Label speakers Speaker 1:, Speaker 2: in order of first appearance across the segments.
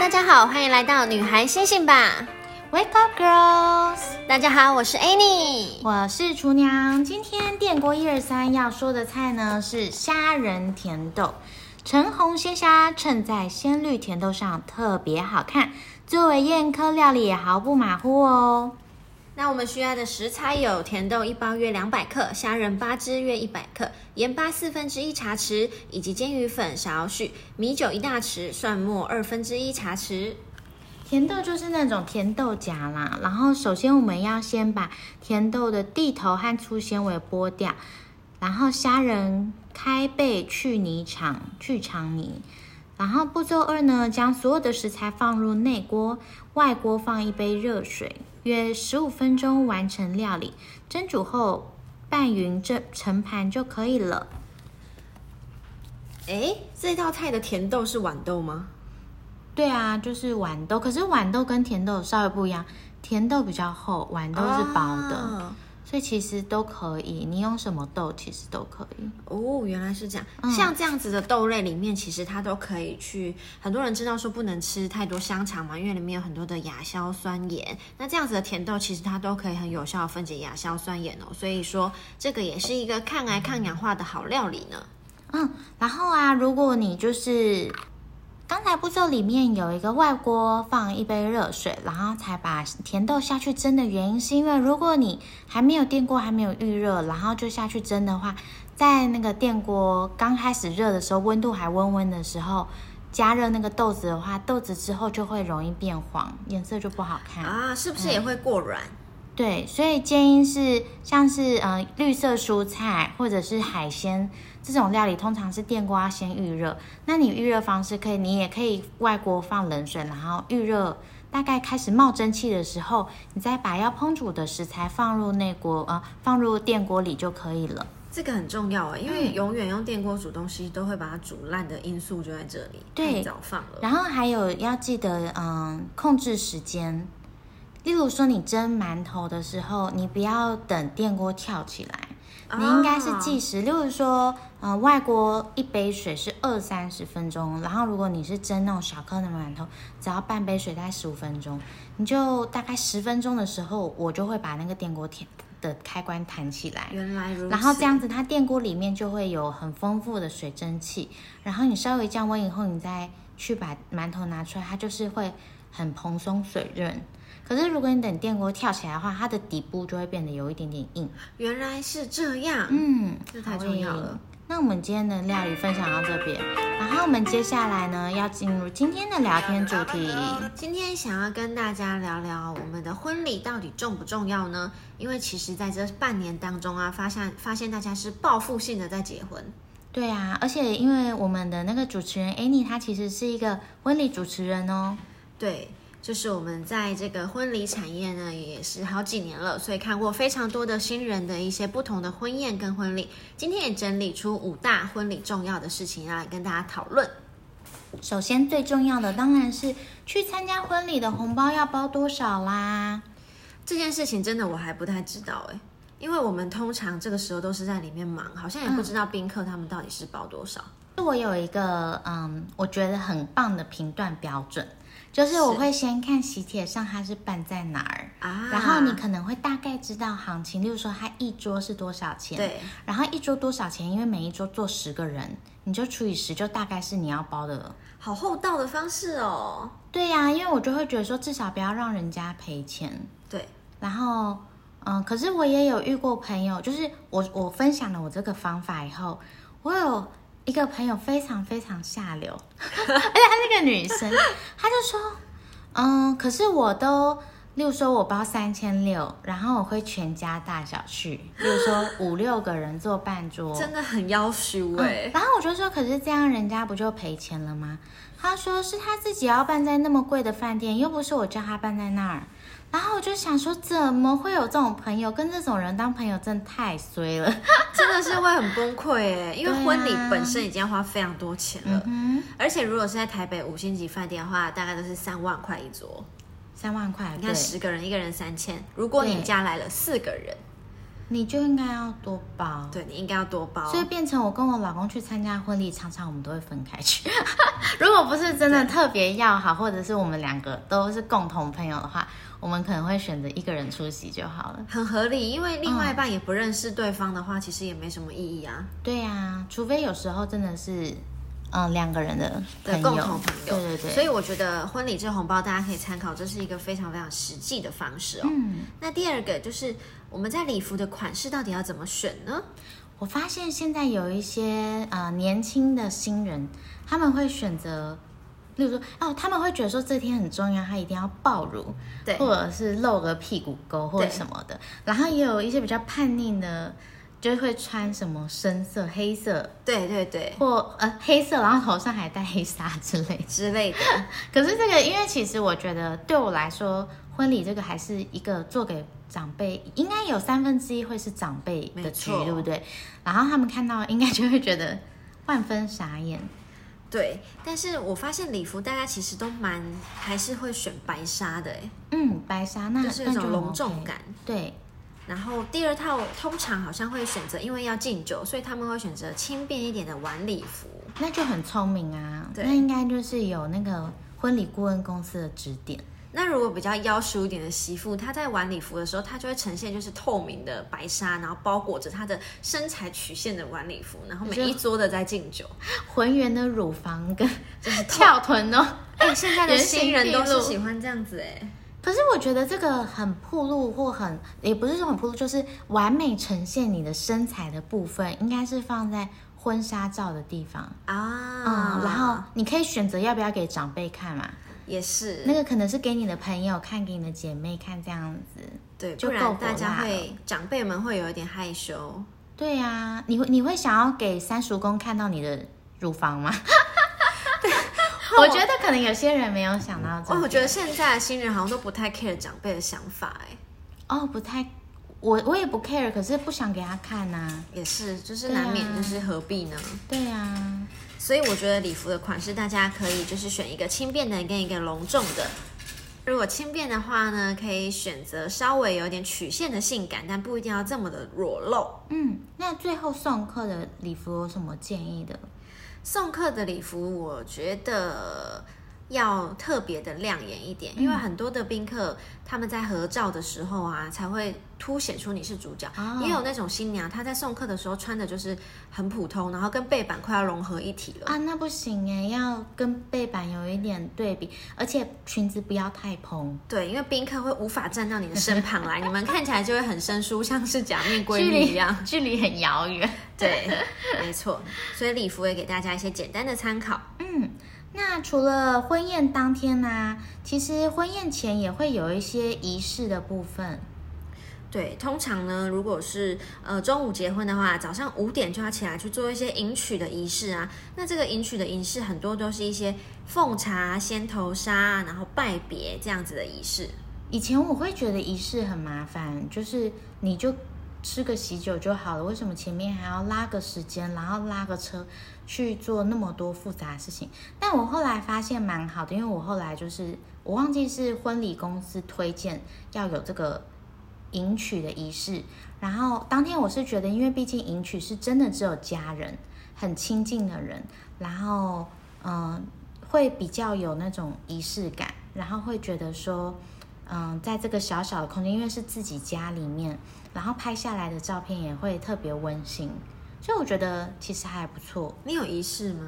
Speaker 1: 大家好，欢迎来到女孩星星吧。
Speaker 2: Wake up, girls！
Speaker 1: 大家好，我是 Annie。
Speaker 2: 我是厨娘。今天电锅一二三要说的菜呢是虾仁甜豆，橙红鲜虾衬在鲜绿甜豆上特别好看，作为宴客料理也毫不马虎哦。
Speaker 1: 那我们需要的食材有甜豆一包约两百克，虾仁八只约一百克，盐巴四分之一茶匙，以及煎鱼粉少许，米酒一大匙，蒜末二分之一茶匙。
Speaker 2: 甜豆就是那种甜豆荚啦。然后首先我们要先把甜豆的蒂头和粗纤维剥掉，然后虾仁开背去泥肠，去肠泥。然后步骤二呢，将所有的食材放入内锅，外锅放一杯热水，约十五分钟完成料理。蒸煮后拌匀这盛盘就可以了。
Speaker 1: 哎，这道菜的甜豆是豌豆吗？
Speaker 2: 对啊，就是豌豆，可是豌豆跟甜豆稍微不一样，甜豆比较厚，豌豆是薄的，
Speaker 1: 啊
Speaker 2: 所以其实都可以。你用什么豆其实都可以。
Speaker 1: 哦，原来是这样。
Speaker 2: 嗯
Speaker 1: 像这样子的豆类里面，其实它都可以去。很多人知道说不能吃太多香肠嘛，因为里面有很多的亚硝酸盐。那这样子的甜豆，其实它都可以很有效的分解亚硝酸盐哦。所以说，这个也是一个抗癌抗氧化的好料理呢。
Speaker 2: 嗯，然后啊，如果你就是刚才步骤里面有一个外锅放一杯热水，然后才把甜豆下去蒸的原因，是因为如果你还没有电锅还没有预热，然后就下去蒸的话，在那个电锅刚开始热的时候，温度还温温的时候。加热那个豆子的话，豆子之后就会容易变黄，颜色就不好看。
Speaker 1: 啊，是不
Speaker 2: 嗯
Speaker 1: 是也会过软？
Speaker 2: 对，所以建议是像是呃绿色蔬菜或者是海鲜这种料理，通常是电锅要先预热。那你预热方式可以，你也可以外锅放冷水，然后预热大概开始冒蒸汽的时候，你再把要烹煮的食材放入内锅呃放入电锅里就可以了。
Speaker 1: 这个很重要啊，因
Speaker 2: 嗯
Speaker 1: 为永远用电锅煮东西都会把它煮烂的因素就在这里。
Speaker 2: 对
Speaker 1: 太早放了。
Speaker 2: 然后还有要记得，嗯，控制时间。例如说，你蒸馒头的时候，你不要等电锅跳起来，你应该
Speaker 1: 啊
Speaker 2: 是计时。例如说，嗯、外锅一杯水是二三十分钟，然后如果你是蒸那种小颗的馒头，只要半杯水大概十五分钟，你就大概十分钟的时候，我就会把那个电锅铁的开关弹起来，
Speaker 1: 原来如此。
Speaker 2: 然后这样子，它电锅里面就会有很丰富的水蒸气。然后你稍微降温以后，你再去把馒头拿出来，它就是会很蓬松水润。可是如果你等电锅跳起来的话，它的底部就会变得有一点点硬。
Speaker 1: 原来是这样。
Speaker 2: 嗯，
Speaker 1: 这太重要了。
Speaker 2: 那我们今天的料理分享到这边，然后我们接下来呢要进入今天的聊天主题。
Speaker 1: 今天想要跟大家聊聊我们的婚礼到底重不重要呢？因为其实在这半年当中啊，发现发现大家是报复性的在结婚，
Speaker 2: 对啊，而且因为我们的那个主持人 Annie，她其实是一个婚礼主持人哦。
Speaker 1: 对。就是我们在这个婚礼产业呢，也是好几年了，所以看过非常多的新人的一些不同的婚宴跟婚礼。今天也整理出五大婚礼重要的事情要来跟大家讨论。
Speaker 2: 首先最重要的当然是去参加婚礼的红包要包多少啦。
Speaker 1: 这件事情真的我还不太知道哎、因为我们通常这个时候都是在里面忙，好像也不知道宾客他们到底是包多少。
Speaker 2: 我有一个嗯，我觉得很棒的评断标准，就是我会先看喜帖上它是办在哪儿。
Speaker 1: 啊，
Speaker 2: 然后你可能会大概知道行情，例如说它一桌是多少钱，
Speaker 1: 对，
Speaker 2: 然后一桌多少钱，因为每一桌坐十个人，你就除以十，就大概是你要包的了。
Speaker 1: 好厚道的方式哦。
Speaker 2: 对呀、因为我就会觉得说，至少不要让人家赔钱。
Speaker 1: 对，
Speaker 2: 然后，嗯，可是我也有遇过朋友，就是我我分享了我这个方法以后，我有一个朋友非常非常下流，而且她是个女生，她就说，嗯，可是我都，例如说我包三千六，然后我会全家大小去，例如说五六个人坐半桌，
Speaker 1: 真的很要求哎、
Speaker 2: 嗯然后我就说，可是这样人家不就赔钱了吗？他说是他自己要办在那么贵的饭店，又不是我叫他办在那儿。然后我就想说，怎么会有这种朋友？跟这种人当朋友真的太衰了。
Speaker 1: 真的是会很崩溃 哎、因为
Speaker 2: 对啊
Speaker 1: 婚礼本身已经要花非常多钱了，
Speaker 2: 嗯，
Speaker 1: 而且如果是在台北五星级饭店的话，大概都是三万块一桌。
Speaker 2: 三万块，
Speaker 1: 你
Speaker 2: 对
Speaker 1: 看，十个人，一个人三千，如果你
Speaker 2: 对
Speaker 1: 家来了四个人，
Speaker 2: 你就应该要多包。
Speaker 1: 对你应该要多包。
Speaker 2: 所以变成我跟我老公去参加婚礼，常常我们都会分开去。 如果不是真的特别要好，或者是我们两个都是共同朋友的话，我们可能会选择一个人出席就好了。
Speaker 1: 很合理，因为另
Speaker 2: 嗯
Speaker 1: 外一半也不认识对方的话，其实也没什么意义啊。
Speaker 2: 对呀、除非有时候真的是，嗯，两个人的
Speaker 1: 的
Speaker 2: 朋友，
Speaker 1: 共同朋友，
Speaker 2: 对对对，
Speaker 1: 所
Speaker 2: 以
Speaker 1: 以我觉得婚礼这红包大家可以参考，这是一个非常非常实际的方式哦。
Speaker 2: 嗯，
Speaker 1: 那第二个就是我们在礼服的款式到底要怎么选呢？
Speaker 2: 我发现现在有一些呃年轻的新人，他们会选择，例如说哦，他们会觉得说这天很重要，他一定要爆乳，
Speaker 1: 对
Speaker 2: 或者是露个屁股沟或者
Speaker 1: 对
Speaker 2: 什么的。然后也有一些比较叛逆的，就会穿什么深色、黑色
Speaker 1: 对对对
Speaker 2: 或呃黑色，然后头上还戴黑纱之类的。
Speaker 1: 之类的，
Speaker 2: 可是这个，因为其实我觉得对我来说，婚礼这个还是一个做给长辈，应该有三分之一会是长辈
Speaker 1: 没
Speaker 2: 的局，
Speaker 1: 错
Speaker 2: 对不对？然后他们看到，应该就会觉得万分傻眼。
Speaker 1: 对。但是我发现礼服大家其实都蛮还是会选白纱的，哎，
Speaker 2: 嗯，白纱那
Speaker 1: 就是有
Speaker 2: 那
Speaker 1: 一种
Speaker 2: 很
Speaker 1: 隆重
Speaker 2: OK
Speaker 1: 感。
Speaker 2: 对，
Speaker 1: 然后第二套通常好像会选择，因为要敬酒，所以他们会选择轻便一点的晚礼服。
Speaker 2: 那就很聪明啊。
Speaker 1: 对
Speaker 2: 那应该就是有那个婚礼顾问公司的指 点。
Speaker 1: 那如果比较妖淑一点的媳妇，她在晚礼服的时候，她就会呈现就是透明的白纱，然后包裹着她的身材曲线的晚礼服，然后每一桌的在敬酒。
Speaker 2: 浑圆的乳房跟
Speaker 1: 就是
Speaker 2: 翘臀哦，
Speaker 1: 哎、现在的
Speaker 2: 原形
Speaker 1: 新人都
Speaker 2: 毕
Speaker 1: 是
Speaker 2: 露
Speaker 1: 喜欢这样子哎、
Speaker 2: 可是我觉得这个很铺路，或很也不是说很铺路，就是完美呈现你的身材的部分，应该是放在婚纱照的地方。
Speaker 1: 啊，
Speaker 2: 嗯，然后你可以选择要不要给长辈看嘛，
Speaker 1: 也是
Speaker 2: 那个可能是给你的朋友看，给你的姐妹看这样子。
Speaker 1: 对，
Speaker 2: 就
Speaker 1: 不
Speaker 2: 够
Speaker 1: 然
Speaker 2: 火
Speaker 1: 大家
Speaker 2: 辣
Speaker 1: 会长辈们会有一点害羞。
Speaker 2: 对啊，你会你会想要给三叔公看到你的乳房吗？ 我觉得可能有些人没有想到这
Speaker 1: 哇，
Speaker 2: 个，
Speaker 1: 哦我觉得现在的新人好像都不太 care 长辈的想法哎、
Speaker 2: 哦不太，我我也不 care，可是不想给他看呐、啊。
Speaker 1: 也是，就是
Speaker 2: 对啊
Speaker 1: 难免就是何必呢？
Speaker 2: 对啊，
Speaker 1: 所以我觉得礼服的款式大家可以就是选一个轻便的跟一个隆重的。如果轻便的话呢，可以选择稍微有点曲线的性感，但不一定要这么的裸露。
Speaker 2: 嗯，那最后送客的礼服有什么建议的？
Speaker 1: 送客的礼服，我觉得要特别的亮眼一点，因为很多的宾客他们在合照的时候啊，才会凸显出你是主角。
Speaker 2: 哦
Speaker 1: 也有那种新娘，她在送客的时候穿的就是很普通，然后跟背板快要融合一体了。
Speaker 2: 啊，那不行哎，要跟背板有一点对比，而且裙子不要太蓬，
Speaker 1: 对，因为宾客会无法站到你的身旁来，你们看起来就会很生疏，像是假面闺
Speaker 2: 距
Speaker 1: 蜜
Speaker 2: 离
Speaker 1: 一样。
Speaker 2: 距离很遥远。
Speaker 1: 对，没错。所以礼服也给大家一些简单的参考。
Speaker 2: 嗯，那除了婚宴当天呢、啊其实婚宴前也会有一些仪式的部分。
Speaker 1: 对，通常呢，如果是呃中午结婚的话，早上五点就要起来去做一些迎娶的仪式啊。那这个迎娶的仪式很多都是一些奉茶、先头纱，然后拜别这样子的仪式。
Speaker 2: 以前我会觉得仪式很麻烦，就是你就吃个喜酒就好了，为什么前面还要拉个时间，然后拉个车去做那么多复杂的事情？但我后来发现蛮好的，因为我后来就是我忘记是婚礼公司推荐要有这个迎娶的仪式，然后当天我是觉得，因为毕竟迎娶是真的只有家人很亲近的人，然后嗯、呃会比较有那种仪式感，然后会觉得说。嗯，在这个小小的空间，因为是自己家里面，然后拍下来的照片也会特别温馨，所以我觉得其实还不错。
Speaker 1: 你有仪式吗？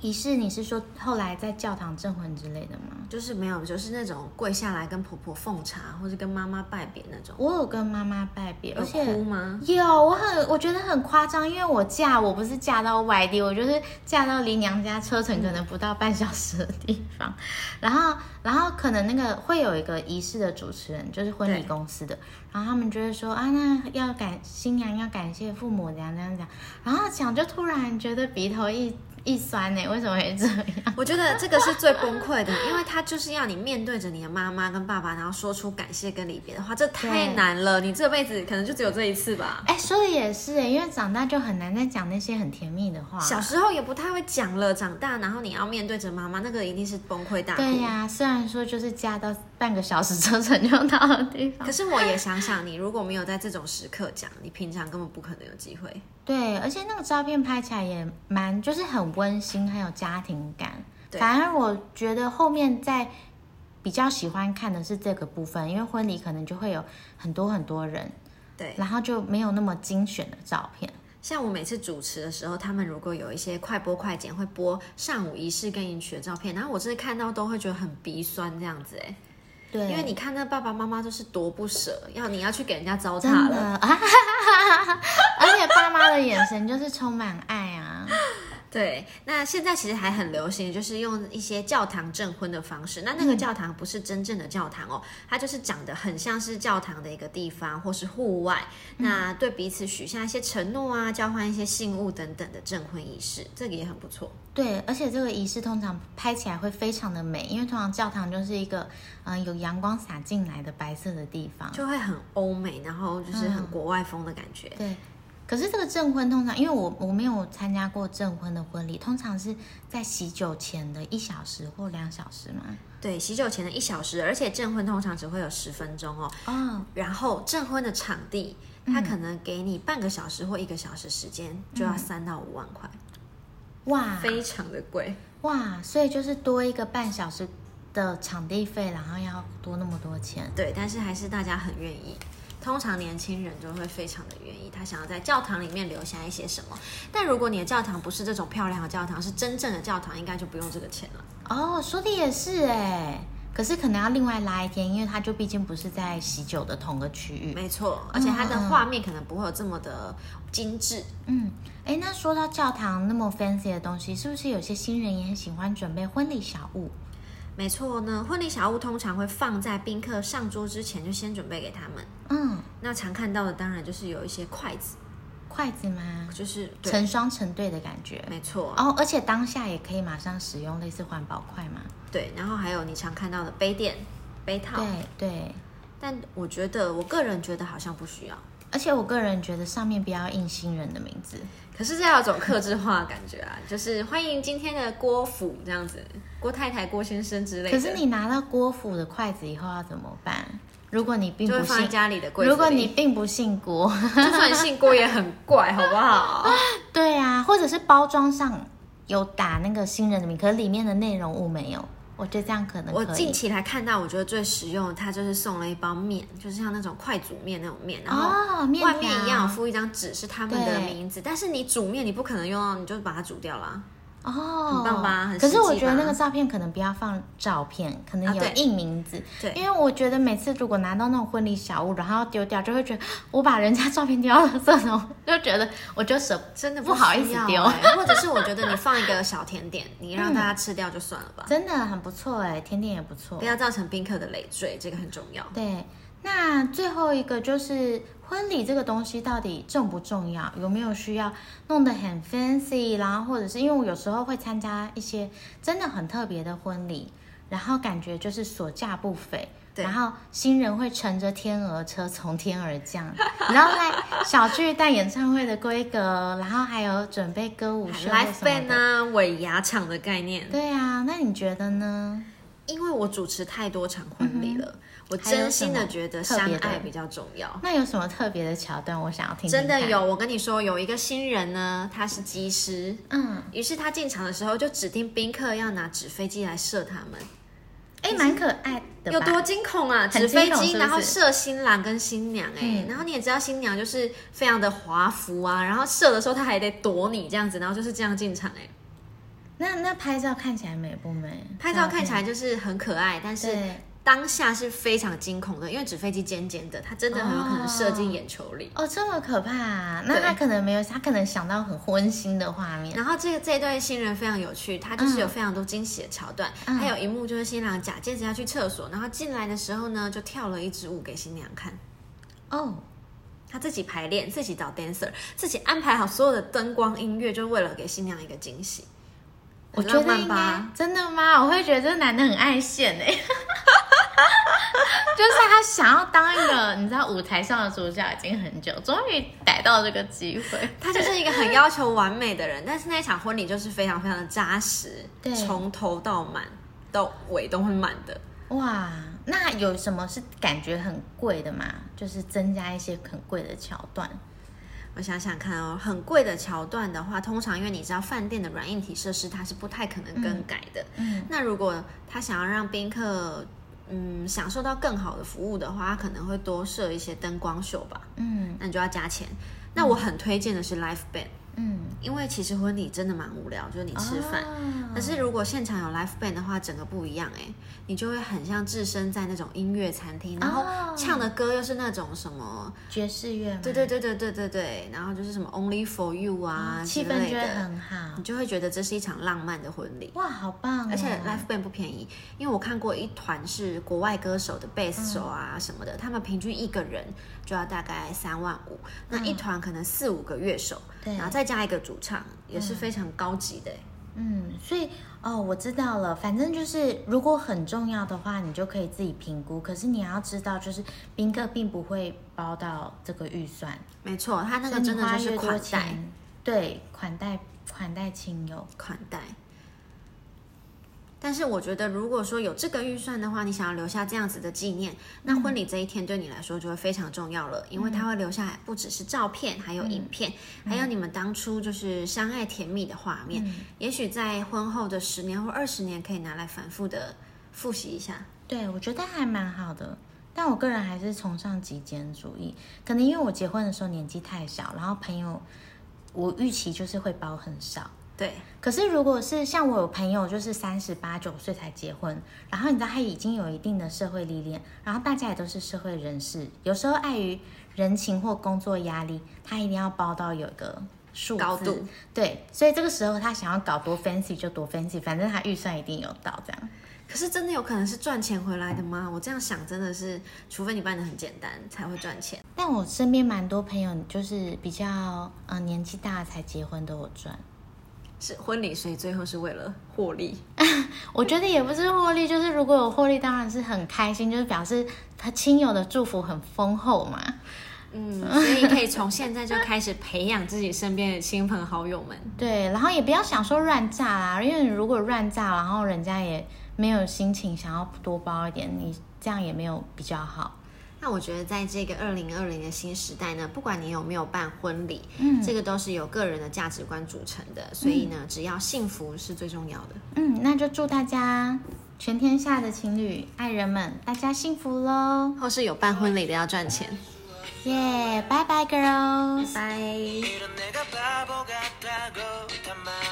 Speaker 2: 仪式你是说后来在教堂证婚之类的吗？
Speaker 1: 就是没有，就是那种跪下来跟婆婆奉茶，或是跟妈妈拜别那种。
Speaker 2: 我有跟妈妈拜别，而且
Speaker 1: 有哭吗？
Speaker 2: 有我很我觉得很夸张，因为我嫁我不是嫁到外地，我就是嫁到离娘家车程可能不到半小时的地方，然后然后可能那个会有一个仪式的主持人，就是婚礼
Speaker 1: 对
Speaker 2: 公司的，然后他们就会说啊，那要感新娘要感谢父母怎样怎样怎样，然后讲就突然觉得鼻头一一酸呢、为什么会这样？
Speaker 1: 我觉得这个是最崩溃的，因为他就是要你面对着你的妈妈跟爸爸，然后说出感谢跟离别的话，这太
Speaker 2: 对
Speaker 1: 难了。你这辈子可能就只有这一次吧。
Speaker 2: 哎、说的也是、哎，因为长大就很难再讲那些很甜蜜的话。
Speaker 1: 小时候也不太会讲了，长大然后你要面对着妈妈，那个一定是崩溃大哭。
Speaker 2: 对呀、虽然说就是加到半个小时车程就到的地方
Speaker 1: 可。是我也想想，你如果没有在这种时刻讲，你平常根本不可能有机会。
Speaker 2: 对，而且那个照片拍起来也蛮，就是很温馨，很有家庭感。
Speaker 1: 对
Speaker 2: 反而我觉得后面在比较喜欢看的是这个部分，因为婚礼可能就会有很多很多人，
Speaker 1: 对，
Speaker 2: 然后就没有那么精选的照片。
Speaker 1: 像我每次主持的时候，他们如果有一些快播快剪，会播上午仪式跟迎娶的照片，然后我真的看到都会觉得很鼻酸这样子哎、
Speaker 2: 对，
Speaker 1: 因为你看那爸爸妈妈都是多不舍，要你要去给人家糟
Speaker 2: 真
Speaker 1: 蹋
Speaker 2: 的，
Speaker 1: 了。
Speaker 2: 而且爸妈的眼神就是充满爱啊。
Speaker 1: 对，那现在其实还很流行，就是用一些教堂证婚的方式。那
Speaker 2: 嗯
Speaker 1: 那个教堂不是真正的教堂哦，它就是长得很像是教堂的一个地方，或是户外。
Speaker 2: 嗯
Speaker 1: 那对彼此许下一些承诺啊，交换一些信物等等的证婚仪式，这个也很不错。
Speaker 2: 对，而且这个仪式通常拍起来会非常的美，因为通常教堂就是一个嗯、有阳光洒进来的白色的地方。
Speaker 1: 就会很欧美，然后就是很
Speaker 2: 嗯
Speaker 1: 国外风的感觉。
Speaker 2: 对，可是这个证婚通常，因为我我没有参加过证婚的婚礼，通常是在喜酒前的一小时或两小时嘛。
Speaker 1: 对，喜酒前的一小时，而且证婚通常只会有十分钟哦。
Speaker 2: 哦，
Speaker 1: 然后证婚的场地，它可能给你半个小时或一个小时时间，就要三到五万块，
Speaker 2: 哇
Speaker 1: 非常的贵。
Speaker 2: 哇，所以就是多一个半小时的场地费，然后要多那么多钱。
Speaker 1: 对，但是还是大家很愿意。通常年轻人就会非常的愿意，他想要在教堂里面留下一些什么。但如果你的教堂不是这种漂亮的教堂，是真正的教堂，应该就不用这个钱了。
Speaker 2: 哦，说的也是哎，可是可能要另外拉一天，因为它就毕竟不是在喜酒的同个区域。
Speaker 1: 没错，而且它的画面可能不会有这么的精致。
Speaker 2: 嗯，哎，那说到教堂那么 fancy 的东西，是不是有些新人也很喜欢准备婚礼小物？
Speaker 1: 没错呢，婚礼小物通常会放在宾客上桌之前就先准备给他们。
Speaker 2: 嗯，
Speaker 1: 那常看到的当然就是有一些筷子，
Speaker 2: 筷子吗？
Speaker 1: 就是对，
Speaker 2: 成双成对的感觉。
Speaker 1: 没错，
Speaker 2: 哦，而且当下也可以马上使用类似环保筷嘛？
Speaker 1: 对。然后还有你常看到的杯垫、杯套，
Speaker 2: 对对，
Speaker 1: 但我觉得我个人觉得好像不需要。
Speaker 2: 而且我个人觉得上面不要印新人的名字。
Speaker 1: 可是这要有种克制化的感觉啊，就是欢迎今天的郭府这样子，郭太太、郭先生之类的。
Speaker 2: 可是你拿到郭府的筷子以后要怎么办？如果你并
Speaker 1: 就会
Speaker 2: 不
Speaker 1: 放在
Speaker 2: 信，
Speaker 1: 家里的柜子里。
Speaker 2: 如果你并不信郭，
Speaker 1: 就算你姓郭也很怪，好不好？
Speaker 2: 对啊，或者是包装上有打那个新人的名，可是里面的内容物没有，我觉得这样可能
Speaker 1: 我
Speaker 2: 可
Speaker 1: 近
Speaker 2: 以。
Speaker 1: 期来看到，我觉得最实用的，它就是送了一包面，就是像那种快煮面那种面，然后
Speaker 2: 哦，面
Speaker 1: 外面
Speaker 2: 条
Speaker 1: 一样有附一张纸是他们的
Speaker 2: 对
Speaker 1: 名字，但是你煮面你不可能用到，你就把它煮掉啦。
Speaker 2: 哦，
Speaker 1: 很棒吧很
Speaker 2: 可是
Speaker 1: 实
Speaker 2: 我
Speaker 1: 际
Speaker 2: 觉得
Speaker 1: 吧
Speaker 2: 那个照片可能不要放照片，可
Speaker 1: 啊
Speaker 2: 能有
Speaker 1: 对
Speaker 2: 印名字。
Speaker 1: 对
Speaker 2: 因为我觉得每次如果拿到那种婚礼小物，然后要丢掉，就会觉得我把人家照片丢到了这种，就觉得我就舍
Speaker 1: 真的
Speaker 2: 不好意
Speaker 1: 需
Speaker 2: 思
Speaker 1: 要
Speaker 2: 丢嗯
Speaker 1: 欸或者是我觉得你放一个小甜 点，你让大家吃掉就算了吧，
Speaker 2: 真的很不错哎，甜点也不错
Speaker 1: 不。要造成宾客的累赘，这个很重要。
Speaker 2: 对，那最后一个就是婚礼这个东西到底重不重要？有没有需要弄得很 fancy？然后或者是因为我有时候会参加一些真的很特别的婚礼，然后感觉就是所价不菲。
Speaker 1: 对
Speaker 2: 然后新人会乘着天鹅车从天而降， 然后在小巨蛋演唱会的规格，然后还有准备歌舞秀
Speaker 1: l
Speaker 2: 或
Speaker 1: i f
Speaker 2: 什
Speaker 1: e band
Speaker 2: 么的。
Speaker 1: 啊，尾牙场的概念，
Speaker 2: 对啊，那你觉得呢？
Speaker 1: 因为我主持太多场婚
Speaker 2: 嗯
Speaker 1: 礼了，我真心的觉得相
Speaker 2: 还有什么特别
Speaker 1: 爱
Speaker 2: 的
Speaker 1: 比较重要。
Speaker 2: 那有什么特别的桥段？我想要听听
Speaker 1: 真的
Speaker 2: 看
Speaker 1: 有，，我跟你说，有一个新人呢，他是机师，
Speaker 2: 嗯，
Speaker 1: 于是他进场的时候就指定宾客要拿纸飞机来射他们，
Speaker 2: 哎，蛮可爱的吧，
Speaker 1: 有多惊恐啊！
Speaker 2: 很
Speaker 1: 纸飞
Speaker 2: 惊恐
Speaker 1: 机，
Speaker 2: 是不
Speaker 1: 然后
Speaker 2: 是
Speaker 1: 射新郎跟新娘、哎、
Speaker 2: 嗯
Speaker 1: 然后你也知道新娘就是非常的华服啊，然后射的时候她还得躲你这样子，然后就是这样进场、哎，
Speaker 2: 那那拍照看起来美不美？啊
Speaker 1: 拍照看起来就是很可爱，但是
Speaker 2: 对
Speaker 1: 当下是非常惊恐的，因为纸飞机尖尖的，它真的很有可能射进眼球里。
Speaker 2: 哦，这么可怕、啊？那他
Speaker 1: 对
Speaker 2: 可能没有，他可能想到很温馨的画面。
Speaker 1: 然后这个这一对新人非常有趣，他就是有非常多惊喜的桥段，
Speaker 2: 嗯
Speaker 1: 还有一幕就是新郎假借着要去厕所，然后进来的时候呢，就跳了一支舞给新娘看。
Speaker 2: 哦，
Speaker 1: 他自己排练，自己找 dancer，自己安排好所有的灯光音乐，就为了给新娘一个惊喜。
Speaker 2: 我
Speaker 1: 很
Speaker 2: 觉
Speaker 1: 浪
Speaker 2: 得
Speaker 1: 漫
Speaker 2: 应该
Speaker 1: 吧？
Speaker 2: 真的吗？我会觉得这男的很爱现 哎、欸，就是他想要当一个你知道舞台上的主角已经很久，终于逮到这个机会。
Speaker 1: 他就是一个很要求完美的人，但是那一场婚礼就是非常非常的扎实
Speaker 2: 对，
Speaker 1: 从头到满到尾都会满的。
Speaker 2: 哇，那有什么是感觉很贵的吗？就是增加一些很贵的桥段。
Speaker 1: 我想想看哦，很贵的桥段的话，通常因为你知道饭店的软硬体设施它是不太可能更改的。
Speaker 2: 嗯
Speaker 1: 那如果他想要让宾客嗯享受到更好的服务的话，他可能会多设一些灯光秀吧，
Speaker 2: 嗯
Speaker 1: 那你就要加钱。那我很推荐的是 l i f e band，
Speaker 2: 嗯，
Speaker 1: 因为其实婚礼真的蛮无聊，就是你吃饭。
Speaker 2: 哦
Speaker 1: 可是如果现场有 live band 的话，整个不一样哎、你就会很像置身在那种音乐餐厅，然后
Speaker 2: 哦
Speaker 1: 唱的歌又是那种什么，
Speaker 2: 爵士乐嘛，
Speaker 1: 对对对对对对对，然后就是什么 Only for You 啊之
Speaker 2: 嗯气氛
Speaker 1: 类
Speaker 2: 觉得
Speaker 1: 的，
Speaker 2: 很好
Speaker 1: 你。就会觉得这是一场浪漫的婚礼。
Speaker 2: 哇，好棒、哦！
Speaker 1: 而且 live band 不便宜，因为我看过一团是国外歌手的贝斯手啊什么的，他们平均一个人就要大概三万五，那一团可能四五个乐手，
Speaker 2: 嗯对
Speaker 1: 然后再加一个主唱，也是非常高级的欸、
Speaker 2: 嗯，所以哦，我知道了。反正就是，如果很重要的话，你就可以自己评估。可是你要知道，就是宾客并不会包到这个预算，
Speaker 1: 没错，他那
Speaker 2: 所
Speaker 1: 个
Speaker 2: 以你
Speaker 1: 真的
Speaker 2: 花
Speaker 1: 就
Speaker 2: 越
Speaker 1: 是
Speaker 2: 多
Speaker 1: 款待
Speaker 2: 钱，对，款待款待亲友，
Speaker 1: 款待。但是我觉得，如果说有这个预算的话，你想要留下这样子的纪念，那婚礼这一天对你来说就会非常重要了，因为它会留下不只是照片，还有影片，还有你们当初就是相爱甜蜜的画面。也许在婚后的十年或二十年，可以拿来反复的复习一下。
Speaker 2: 对我觉得还蛮好的。但我个人还是崇尚极简主义，可能因为我结婚的时候年纪太小，然后朋友我预期就是会包很少。
Speaker 1: 对，
Speaker 2: 可是如果是像我有朋友，就是三十八九岁才结婚，然后你知道他已经有一定的社会历练，然后大家也都是社会人士，有时候碍于人情或工作压力，他一定要包到有一个数字
Speaker 1: 高度，
Speaker 2: 对，所以这个时候他想要搞多 fancy 就多 fancy，反正他预算一定有到这样。
Speaker 1: 可是真的有可能是赚钱回来的吗？我这样想真的是，除非你办的很简单，才会赚钱。
Speaker 2: 但我身边蛮多朋友就是比较嗯、呃年纪大才结婚都有赚，
Speaker 1: 是婚礼，所以最后是为了获利。
Speaker 2: 我觉得也不是获利，就是如果有获利，当然是很开心，就是表示他亲友的祝福很丰厚嘛。
Speaker 1: 嗯，所以可以从现在就开始培养自己身边的亲朋好友们。
Speaker 2: 对，然后也不要想说乱炸啦，因为你如果乱炸，然后人家也没有心情想要多包一点，你这样也没有比较好。
Speaker 1: 那我觉得，在这个二零二零的新时代呢，不管你有没有办婚礼，
Speaker 2: 嗯
Speaker 1: 这个都是由个人的价值观组成的。所以呢，只要幸福是最重要的。
Speaker 2: 嗯，那就祝大家全天下的情侣、爱人们，大家幸福喽！
Speaker 1: 或是有办婚礼的要赚钱。
Speaker 2: 耶、拜拜，girls。
Speaker 1: 拜。
Speaker 3: 이런 내가 바보 같다고 다 말.